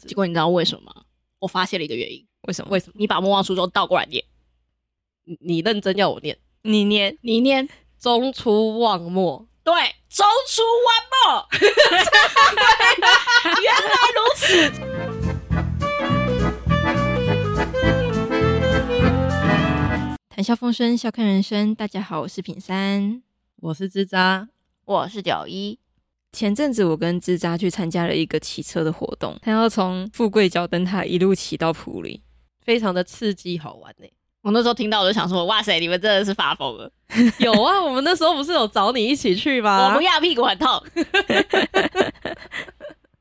结果你知道为什么吗？我发现了一个原因，为什么？为什么？你把莫忘初衷倒过来念，你你认真要我念你念，你念， “中出忘末对，中出弯末，原来如此。”，谈笑风生，笑看人生。大家好，我是品三。我是枝扎，我是九一，前阵子我跟枝扎去参加了一个骑车的活动，他要从富贵角灯塔一路骑到普里。非常的刺激好玩欸呢、我那时候听到我就想说，哇塞，你们真的是发疯了！有啊，我们那时候不是有找你一起去吗？ 我不要屁股很痛，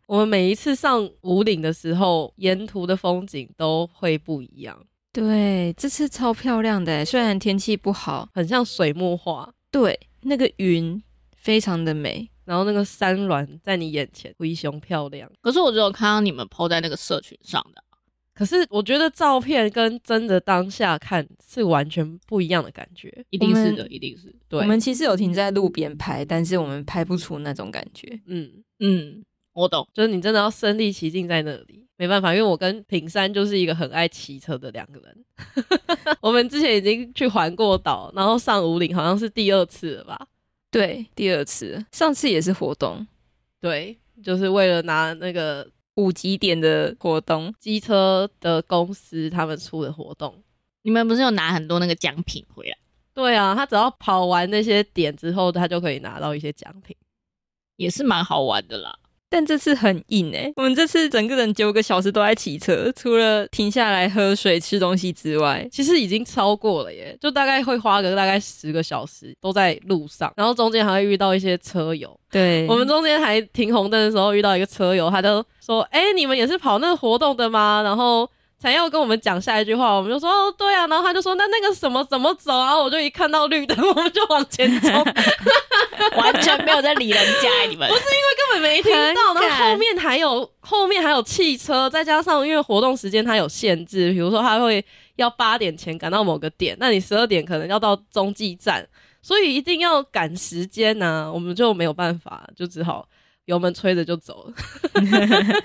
我们每一次上五岭的时候，沿途的风景都会不一样，对，这次超漂亮的，欸虽然天气不好，很像水墨画。对，那个云非常的美。然后那个山峦在你眼前，灰熊漂亮。可是我只有看到你们 PO 在那个社群上的，可是我觉得照片跟真的当下看是完全不一样的感觉。一定是我的，嗯们一定是。对，我们其实有停在路边拍，但是我们拍不出那种感觉。嗯，嗯，我懂。就是你真的要身临其境在那里，没办法，因为我跟平山就是一个很爱骑车的两个人。 我们之前已经去环过岛，然后上五岭好像是第二次了吧？对，第二次，上次也是活动，对，就是为了拿那个五级点的活动。机车的公司他们出的活动。你们不是有拿很多那个奖品回来，对啊，他只要跑完那些点之后，他就可以拿到一些奖品。也是蛮好玩的啦。 但这次很硬哎、我们这次整个人九个小时都在骑车，除了停下来喝水、吃东西之外，其实已经超过了耶，就大概会花个大概十个小时都在路上，然后中间还会遇到一些车友。对我们中间还停红灯的时候遇到一个车友，他就说：“哎、你们也是跑那个活动的吗？”然后才要跟我们讲下一句话，我们就说：“哦，对啊。”然后他就说：“那那个什么怎么走啊？”我就一看到绿灯， 我们就往前冲，根完全没有在理人家、欸你们不是本没听到。很然赶后后面还有后面还有汽车，再加上因为活动时间它有限制，比如说他会要八点前赶到某个点，那你十二点可能要到中继站，所以一定要赶时间呐、我们就没有办法，就只好油门吹着就走 了。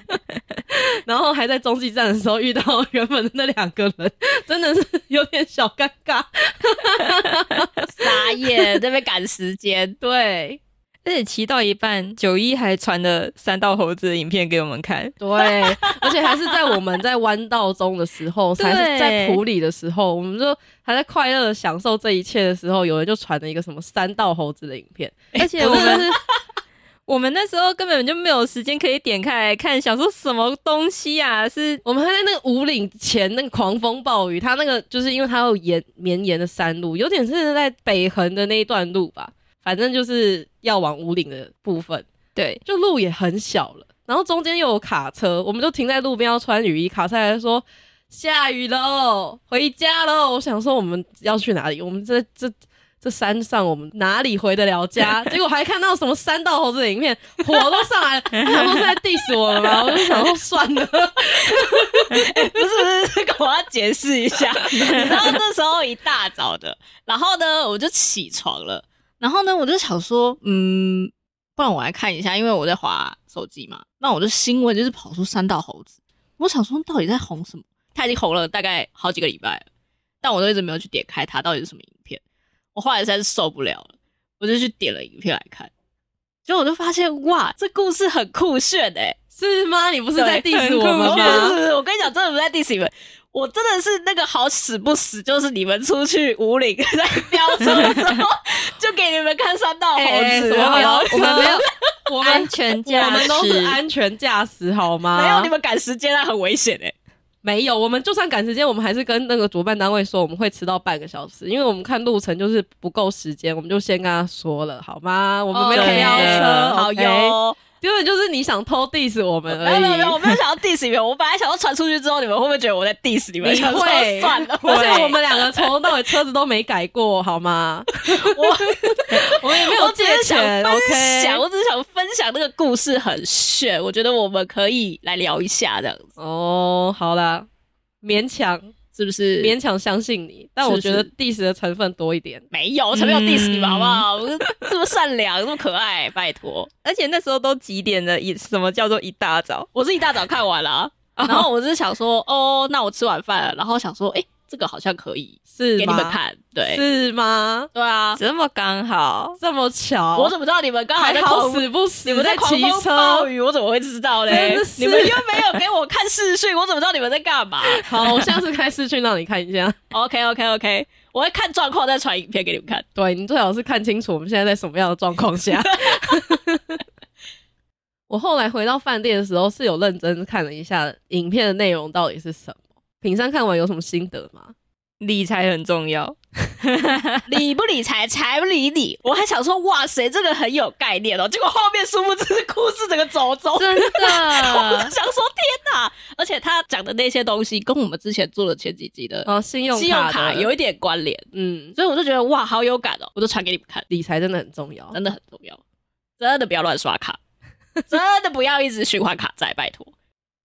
然后还在中继站的时候遇到原本的那两个人，真的是有点小尴尬。傻眼，这边赶时间。对而且骑到一半，九一还传了三道猴子的影片给我们看。对，而且还是在我们在弯道中的时候，对还是在普里的时候，我们就还在快乐的享受这一切的时候，有人就传了一个什么三道猴子的影片，哎而且我我真的们我们那时候根本就没有时间可以点开来看，想说什么东西啊？是我们还在那个五岭前那个狂风暴雨，它那个就是因为它有延绵延的山路，有点是在北横的那一段路吧，反正就是要往五岭的部分，对，就路也很小了，然后中间又有卡车，我们就停在路边要穿雨衣，卡车还说下雨喽，回家喽。我想说我们要去哪里？我们这这。这山上我们哪里回得了 家？结果还看到什么三道猴子的影片，火都上来了，他们是在 diss 我了吗？我就想说算了，不是不是，这个我要解释一下。然后那时候一大早的，然后呢我就起床了，然后呢我就想说，嗯，不然我来看一下，因为我在划手机嘛。那我的新闻就是跑出三道猴子，我想说到底在红什么？他已经红了大概好几个礼拜了，但我都一直没有去点开它到底是什么影片。嗯我后来实在是受不了了，我就去点了影片来看，结果我就发现哇，这故事很酷炫哎、是吗？你不是在对 diss 很我酷们不是不炫是吗？不是，我跟你讲，真的不在 diss 你们，我真的是那个好死不死，就是你们出去五岭在飙车的时候，就给你们看三道猴哎子，什么然后飙我们没有，我安们全我驾们驶，都是安全驾驶好吗？没有你们赶时间啊，很危险哎、没有，我们就算赶时间，我们还是跟那个主办单位说我们会迟到半个小时，因为我们看路程就是不够时间，我们就先跟他说了，好吗？我们没有对飙车，哦好啊 OK？哟。根本就是你想偷 diss 我们没而有已。没有没有，我没有想要 diss 你们，我本来想要传出去之后，你们会不会觉得我在 diss 你们？你想说会算了， 而且我们两个从头到尾车子都没改过，好吗？我 我们也 没我有只借是想钱分享， ，OK？我只是想分享那个故事很炫，我觉得我们可以来聊一下这样子，哦，好啦，勉强是不是？勉强相信你，但是我觉得是 diss 的成分多一点。没有，我才没有 diss 你们嗯好不好？我这么善良， 这么可爱，拜托！而且那时候都几点了？一什么叫做一大早？我是一大早看完了啊、然后我就是想说，哦，那我吃晚饭了，然后想说，哎、这个好像可以是给你吗们看，对，是吗？对啊，这么刚好，这么巧，我怎么知道你们刚啊好还在好狂死不死，你们在在狂骑风暴车，雨，我怎么会知道嘞真的？是你们又没有给我看视讯，我怎么知道你们在干嘛好，我下次开视讯让你看一下。 ？OK OK OK，我会看状况再传影片给你们看。对你最好是看清楚我们现在在什么样的状况下。 我后来回到饭店的时候，是有认真看了一下影片的内容到底是什么。品山看完有什么心得 吗？理财很重要。理不理财，财不理你。我还想说，哇塞，这个很有概念哦。结果后面殊不知故事整个走走。真我的，想说，天哪！而且他讲的那些东西，跟我们之前做的前几集的 哦，信用信用卡卡的有一点关联，嗯，所以我就觉得哇，好有感哦，我就传给你们看，理财真的很重要。真的很重要，真的不要乱刷 卡，真的不要一直循环卡债，拜托。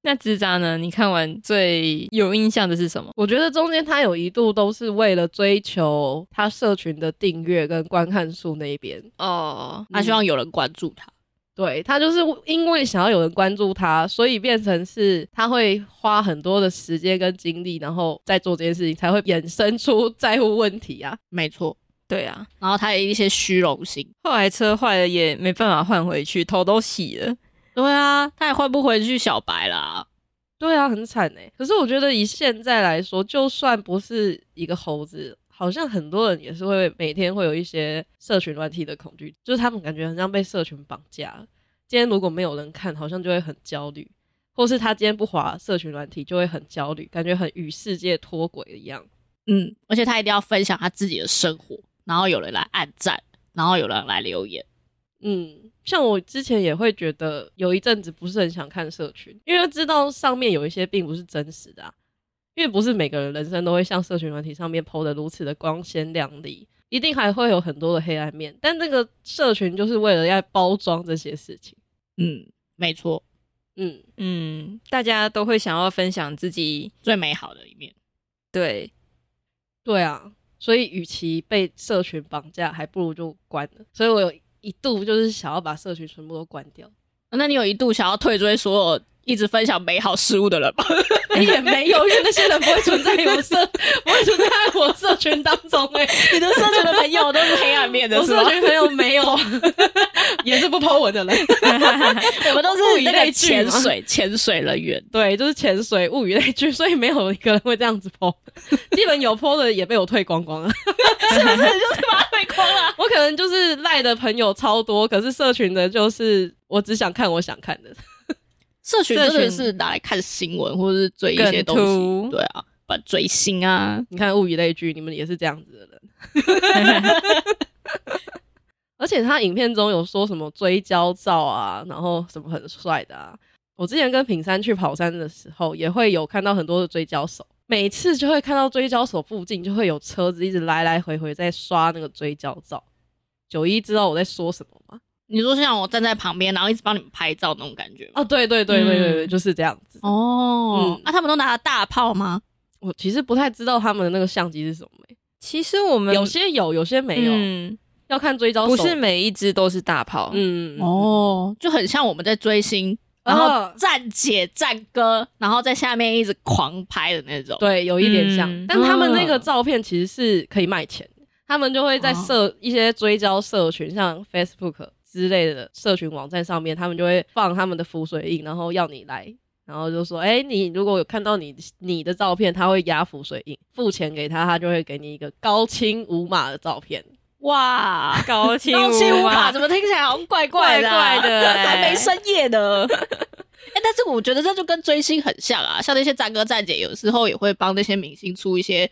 那智渣呢？你看完最有印象的是什么？我觉得中间他有一度都是为了追求他社群的订阅跟观看数那一边，哦，他希望有人关注他，对他就是因为想要有人关注他，所以变成是他会花很多的时间跟精力，然后再做这件事情，才会衍生出在乎问题啊。没错。对啊，然后他有一些虚荣心，后来车坏了也没办法换回去，头都洗了。对啊，他也换不回去小白啦。对啊，很惨哎、可是我觉得以现在来说，就算不是一个猴子，好像很多人也是会每天会有一些社群软体的恐惧，就是他们感觉很像被社群绑架了。今天如果没有人看，好像就会很焦虑，或是他今天不滑社群软体就会很焦虑，感觉很与世界脱轨一样。嗯，而且他一定要分享他自己的生活，然后有人来按赞，然后有人来留言。嗯，像我之前也会觉得有一阵子不是很想看社群，因为知道上面有一些并不是真实的、啊，因为不是每个人人生都会像社群软体上面 PO 的如此的光鲜亮丽，一定还会有很多的黑暗面。但那个社群就是为了要包装这些事情。嗯，没错，嗯，嗯，大家都会想要分享自己最美好的一面。 对对啊，所以与其被社群绑架，还不如就关了。所以我有一度就是想要把社群全部都关掉，那你有一度想要退追所有一直分享美好事物的人吗？ 也没有，因为那些人不会存在我 社，不会存在我社群当中哎、你的社群的朋友都是黑暗面的 我是社吗？群朋友没有， 也是不抛文 的人。 我们都物是以那类个聚潜吗水潜水人员。对，就是潜水物以类聚，所以没有一个人会这样子抛。 基本有抛的也被我退光光了。啊是不是就是把它退光了？ 我可能就是赖的朋友超多，可是社群的就是我只想看我想看的。社群真社群的是拿来看新闻或者是追一些梗东图西，对啊，把追星啊，你看物以类聚，你们也是这样子的人。而且他影片中有说什么追焦照啊，然后什么很帅的啊。我之前跟品山去跑山的时候，也会有看到很多的追焦手，每次就会看到追焦手附近就会有车子一直来来回回在刷那个追焦照。九一知道我在说什么吗？你说像我站在旁边，然后一直帮你们拍照那种感觉吗？哦，对对对对对对，嗯就是这样子。哦嗯那、他们都拿了大炮吗？我其实不太知道他们的那个相机是什么、欸其实我们有些有，有些没有，嗯要看追焦手。不是每一只都是大炮。嗯，嗯，哦，就很像我们在追星，然后哦站姐站哥，然后在下面一直狂拍的那种。，对，有一点像，嗯但他们那个照片其实是可以卖钱的，他们就会在哦社一些追焦社群，像 Facebook 之类的社群网站上面，他们就会放他们的浮水印，然后要你来。然后就说，哎、你如果有看到你你的照片，他会压浮水印，付钱给他，他就会给你一个高清无码的照片。哇， 高清高清无码，啊怎么听起来好像怪怪的、啊？怪 怪的欸还没深夜 呢。哎、但是我觉得这就跟追星很像啊，像那些战哥战姐，有时候也会帮那些明星出一些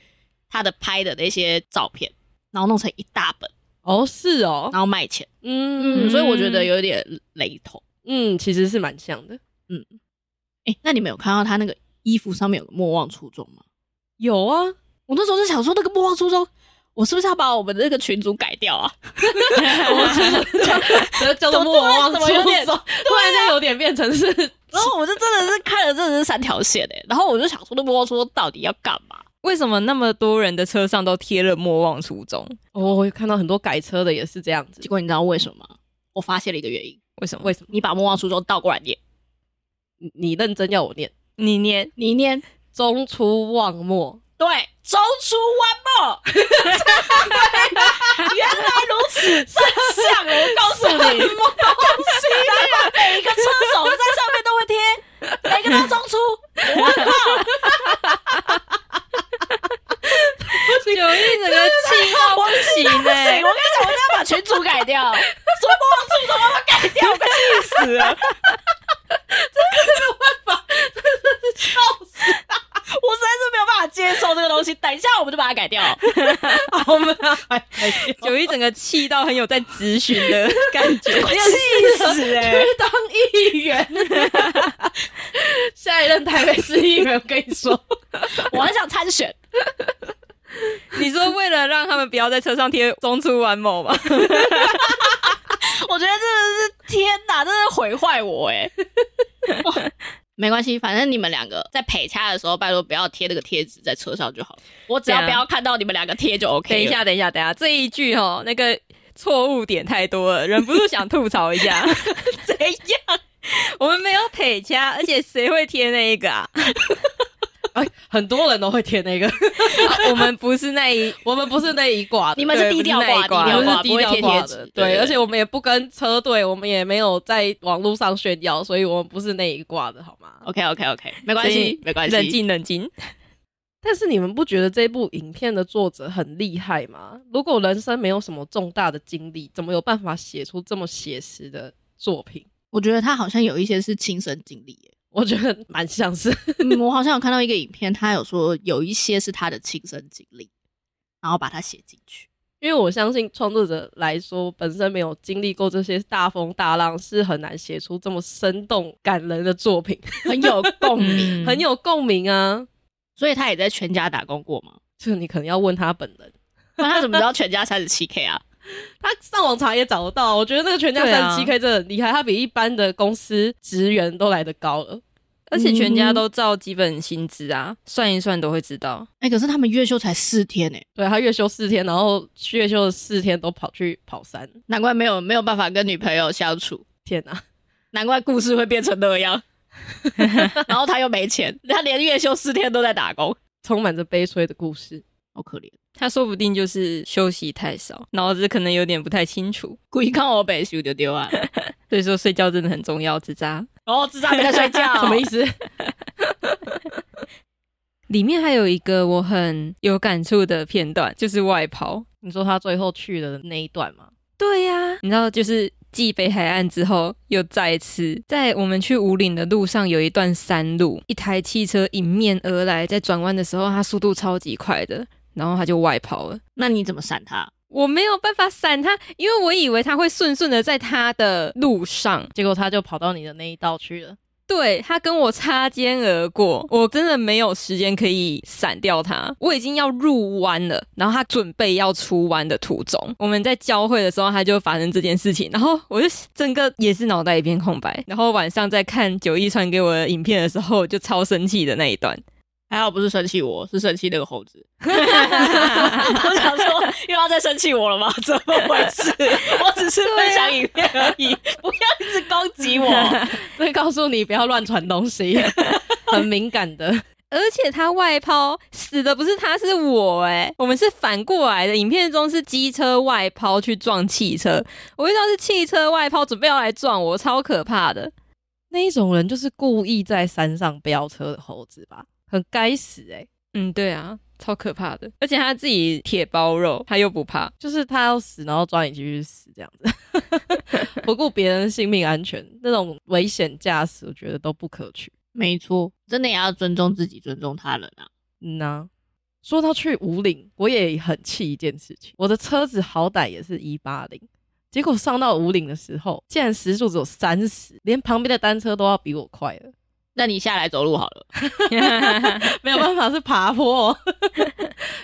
他的拍的那些照片，然后弄成一大本，哦，是哦，然后卖钱。嗯嗯，所以我觉得有点雷同。嗯，其实是蛮像的。哎、那你们有看到他那个衣服上面有个莫忘初衷吗？有啊，我那时候就想说，那个莫忘初衷，我是不是要把我们的那个群组改掉 啊？ 叫叫做莫忘初怎么有点啊衷，突然间有点变成是 然后我就真的是看了，真的是三条线哎、然后我就想说，那莫忘初衷到底要干嘛？为什么那么多人的车上都贴了莫忘初衷？哦，我有看到很多改车的也是这样子结，果你知道为什么吗？我发现了一个原因，为什么？为什么？你把莫忘初衷倒过来念，你你认真要我念？你念，你念中出望 末，对，周出弯 末，原来如此，真相！我告诉你，什么东西啊呀？ 每一个车手在上面都会贴，每个都中出，我问号，九一整个气 我到气到不行不哎、行！我跟你讲，我一定要把群主改掉， 什么帮助都要改掉，我快气死了！真的没有办法，真的是笑死！我实在是没有办法接受这个东西，等一下我们就把它改掉。好吗？九一整个气到很有在咨询的 感觉，气死哎、去当议 员，下一任台北市议员，我跟你说，我很想参选，你说为了让他们不要在车上贴中出玩某吗？我觉得真的是天哪，真的毁坏我 哎、哇没关系，反正你们两个在陪掐的时候，拜托不要贴这个贴纸在车上就好了。我只要对啊不要看到你们两个贴就 OK。等一，下，等一下，等一下，这一句哦，那个错误点太多了，忍不住想吐槽一 下。 怎样？我们没有配掐，而且谁会贴那一个啊？哎， 很多人都会贴 那个，我们嗯不是那一，我们不是那一挂的你。们是低调挂，低对我调们挂，是不低会调贴挂贴的纸。，对，而且我们也不跟车队，我们也没有在网络上炫耀，所以我们不是那一挂的，好吗？ OK OK OK，没关所系以，没关系。冷静冷静。但是你们不觉得这部影片的作者很厉害吗？如果人生没有什么重大的经历，怎么有办法写出这么写实的作品？我觉得他好像有一些是亲身经历耶、我觉得蛮像是， 嗯，我好像有看到一个影片，他有说有一些是他的亲身经历，然后把它写进去。因为我相信创作者来说，本身没有经历过这些大风大浪，是很难写出这么生动感人的作品，很有共鸣， 嗯很有共鸣啊。所以他也在全家打工过吗？这你可能要问他本人， 那他怎么知道全家三十七 K 啊？他上网查也找得到。我觉得那个全家对啊三七 K 真的很厉害，他比一般的公司职员都来得高了。而且全家都照基本薪资啊，算一算都会知道。哎、可是他们月休才四天呢、对他月休四天，然后月休的四天都跑去跑山，难怪没有没有办法跟女朋友相处，天哪、难怪故事会变成那样。 然后他又没钱，他连月休四天都在打工，充满着悲催的故事。好可怜。他说不定就是休息太少，脑子可能有点不太清楚，故意看我北休丢丢 啊，所以说睡觉真的很重要，自 扎。然后智障没在睡觉， 什么意思？ 里面还有一个我很有感触的片段，就是外抛。你说他最后去的那一段吗？对呀、你知道，就是继北海岸之后，又再次在我们去五岭的路上，有一段山路，一台汽车迎面而来，在转弯的时候，它速度超级快的，然后它就外抛了。那你怎么闪他？我没有办法闪它，因为我以为它会顺顺的在它的路上，结果他就跑到你的那一道去了。对他跟我擦肩而过，我真的没有时间可以闪掉他。我已经要入弯了，然后他准备要出弯的途中，我们在交汇的时候，他就发生这件事情，然后我就整个也是脑袋一片空白。然后晚上在看九一传给我的影片的时候，我就超生气的那一段。还好不是生气我，是生气那个猴 子。我想说又要再生气我了 吗？怎么回事？我只是分享影片而已，啊 不要一直攻击 我。所以告诉你不要乱传东西，很敏感的。而且他外抛死的不是他，是我哎、我们是反过来的。影片中是机车外抛去撞汽车，我遇到是汽车外抛准备要来撞我，超可怕的。那一种人就是故意在山上飙车的猴子吧，很该死哎、嗯，对啊，超可怕的。而且他自己铁包肉，他又不 怕。 就是他要死，然后抓你继续死这样子， 不顾别人性命安全，那种危险驾驶，我觉得都不可取。没错，真的也要尊重自己，尊重他人啊。嗯呐、说到去五岭，我也很气一件事情，我的车子好歹也是一八零，结果上到五岭的时候，竟然时速只有三十，连旁边的单车都要比我快了，那你下来走路好了。没有办法是爬坡、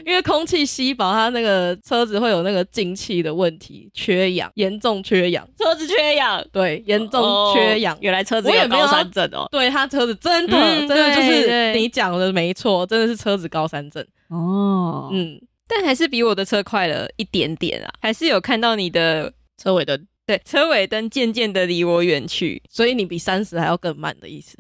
因为空气稀薄，它那个车子会有那个进气的问题，缺氧，严重缺氧，车子缺氧，对，严重缺氧。哦原来车子我也没有啊高山症哦。对他车子真的、嗯真的就对是对你讲的没错，真的是车子高山症。哦嗯，嗯，但还是比我的车快了一点点啊，还是有看到你的车尾灯对，车尾灯渐渐的离我远去。所以你比三十还要更慢的意思。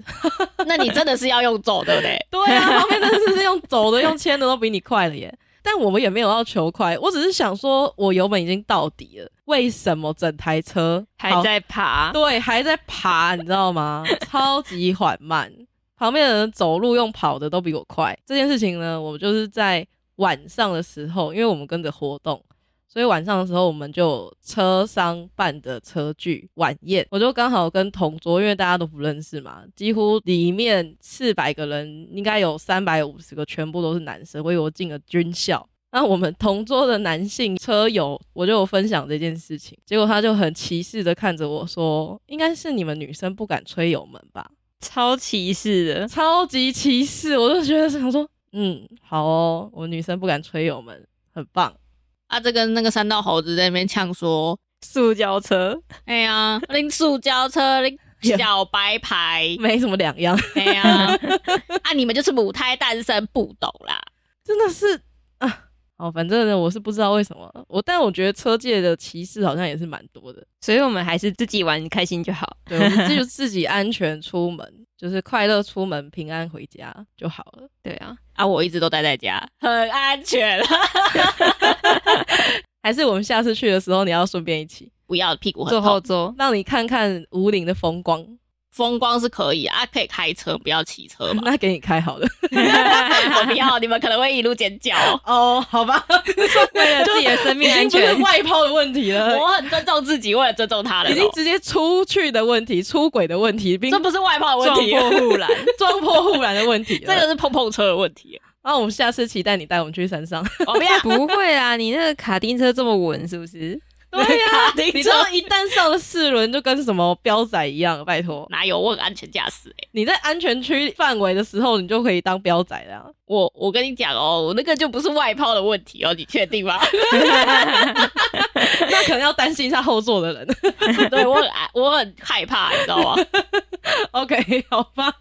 那你真的是要用走，对不对？ 对啊，旁边真的是用走的、用牵的都比你快了耶。但我们也没有要求快，我只是想说，我油门已经到底了，为什么整台车还在爬，对还在爬，你知道吗？超级缓慢，旁边的人走路用跑的都比我快。这件事情呢，我就是在晚上的时候，因为我们跟着活动，所以晚上的时候我们就有车商办的车聚晚宴，我就刚好跟同桌，因为大家都不认识嘛，几乎里面四百个人，应该有三百五十个全部都是男生，我以为我进了军校。那我们同桌的男性车友，我就有分享这件事情，结果他就很歧视的看着我说：“应该是你们女生不敢吹油门吧？”超歧视的。超级歧视，我就觉得想说，嗯，好哦，我女生不敢吹油门，很棒。啊，这跟那个三道猴子在那边呛说塑胶车，：“哎 呀，拎塑胶车，拎小白牌，没什么两样， 哎呀，啊，你们就是母胎单身，不懂啦。真的是啊。好，反正呢，我是不知道为什么，我但我觉得车界的歧视好像也是蛮多的。所以我们还是自己玩开心就好。对，我 们就是自己安全出门，就是快乐出门，平安回家就好了。对啊，”啊，我一直都待在家，很安全 啦。还是我们下次去的时候，你要顺便一起，不要屁股很坐后痛， 座，让你看看五岭的风光。风光是可以啊，可以开车，不要骑车 嘛。 那给你开好了。我不要，你们可能会一路尖 叫。哦，好 吧，为了自己的生命安已经 全不是。外抛的问题了，我很尊重自己，我也尊重他人呃已哦、经直接出去的问题，出轨的问题，并这不是外貌的问撞题，破护栏，撞破护栏的问题 这了。个是碰碰车的问题。然后我们下次期待你带我们去山上。我不要，不会啊，你那个卡丁车这么稳，是不是？ 对呀、你你知知道道一旦上了四轮，就跟什么标仔一样，拜托。哪有我很安全驾驶、欸？你在安全区范围的时候，你就可以当标仔了。 我我跟你讲哦，我那个就不是外抛的问题哦，你确定吗？那可能要担心一下后座的人。 对我很安我很害怕，你知道吗？ OK，好吧。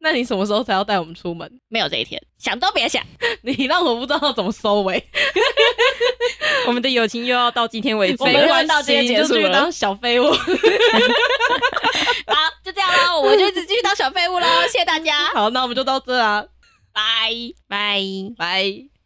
那你什么时候才要带我们出门？没有这一天，想都别想。你让我不知道怎么收尾，我们的友情又要到今天为止我。们没关问到这边系，你就结束去了当小废 物。好，就这样喽，我就只继续当小废物喽，谢谢大家，好，那我们就到这啊，拜。拜。拜。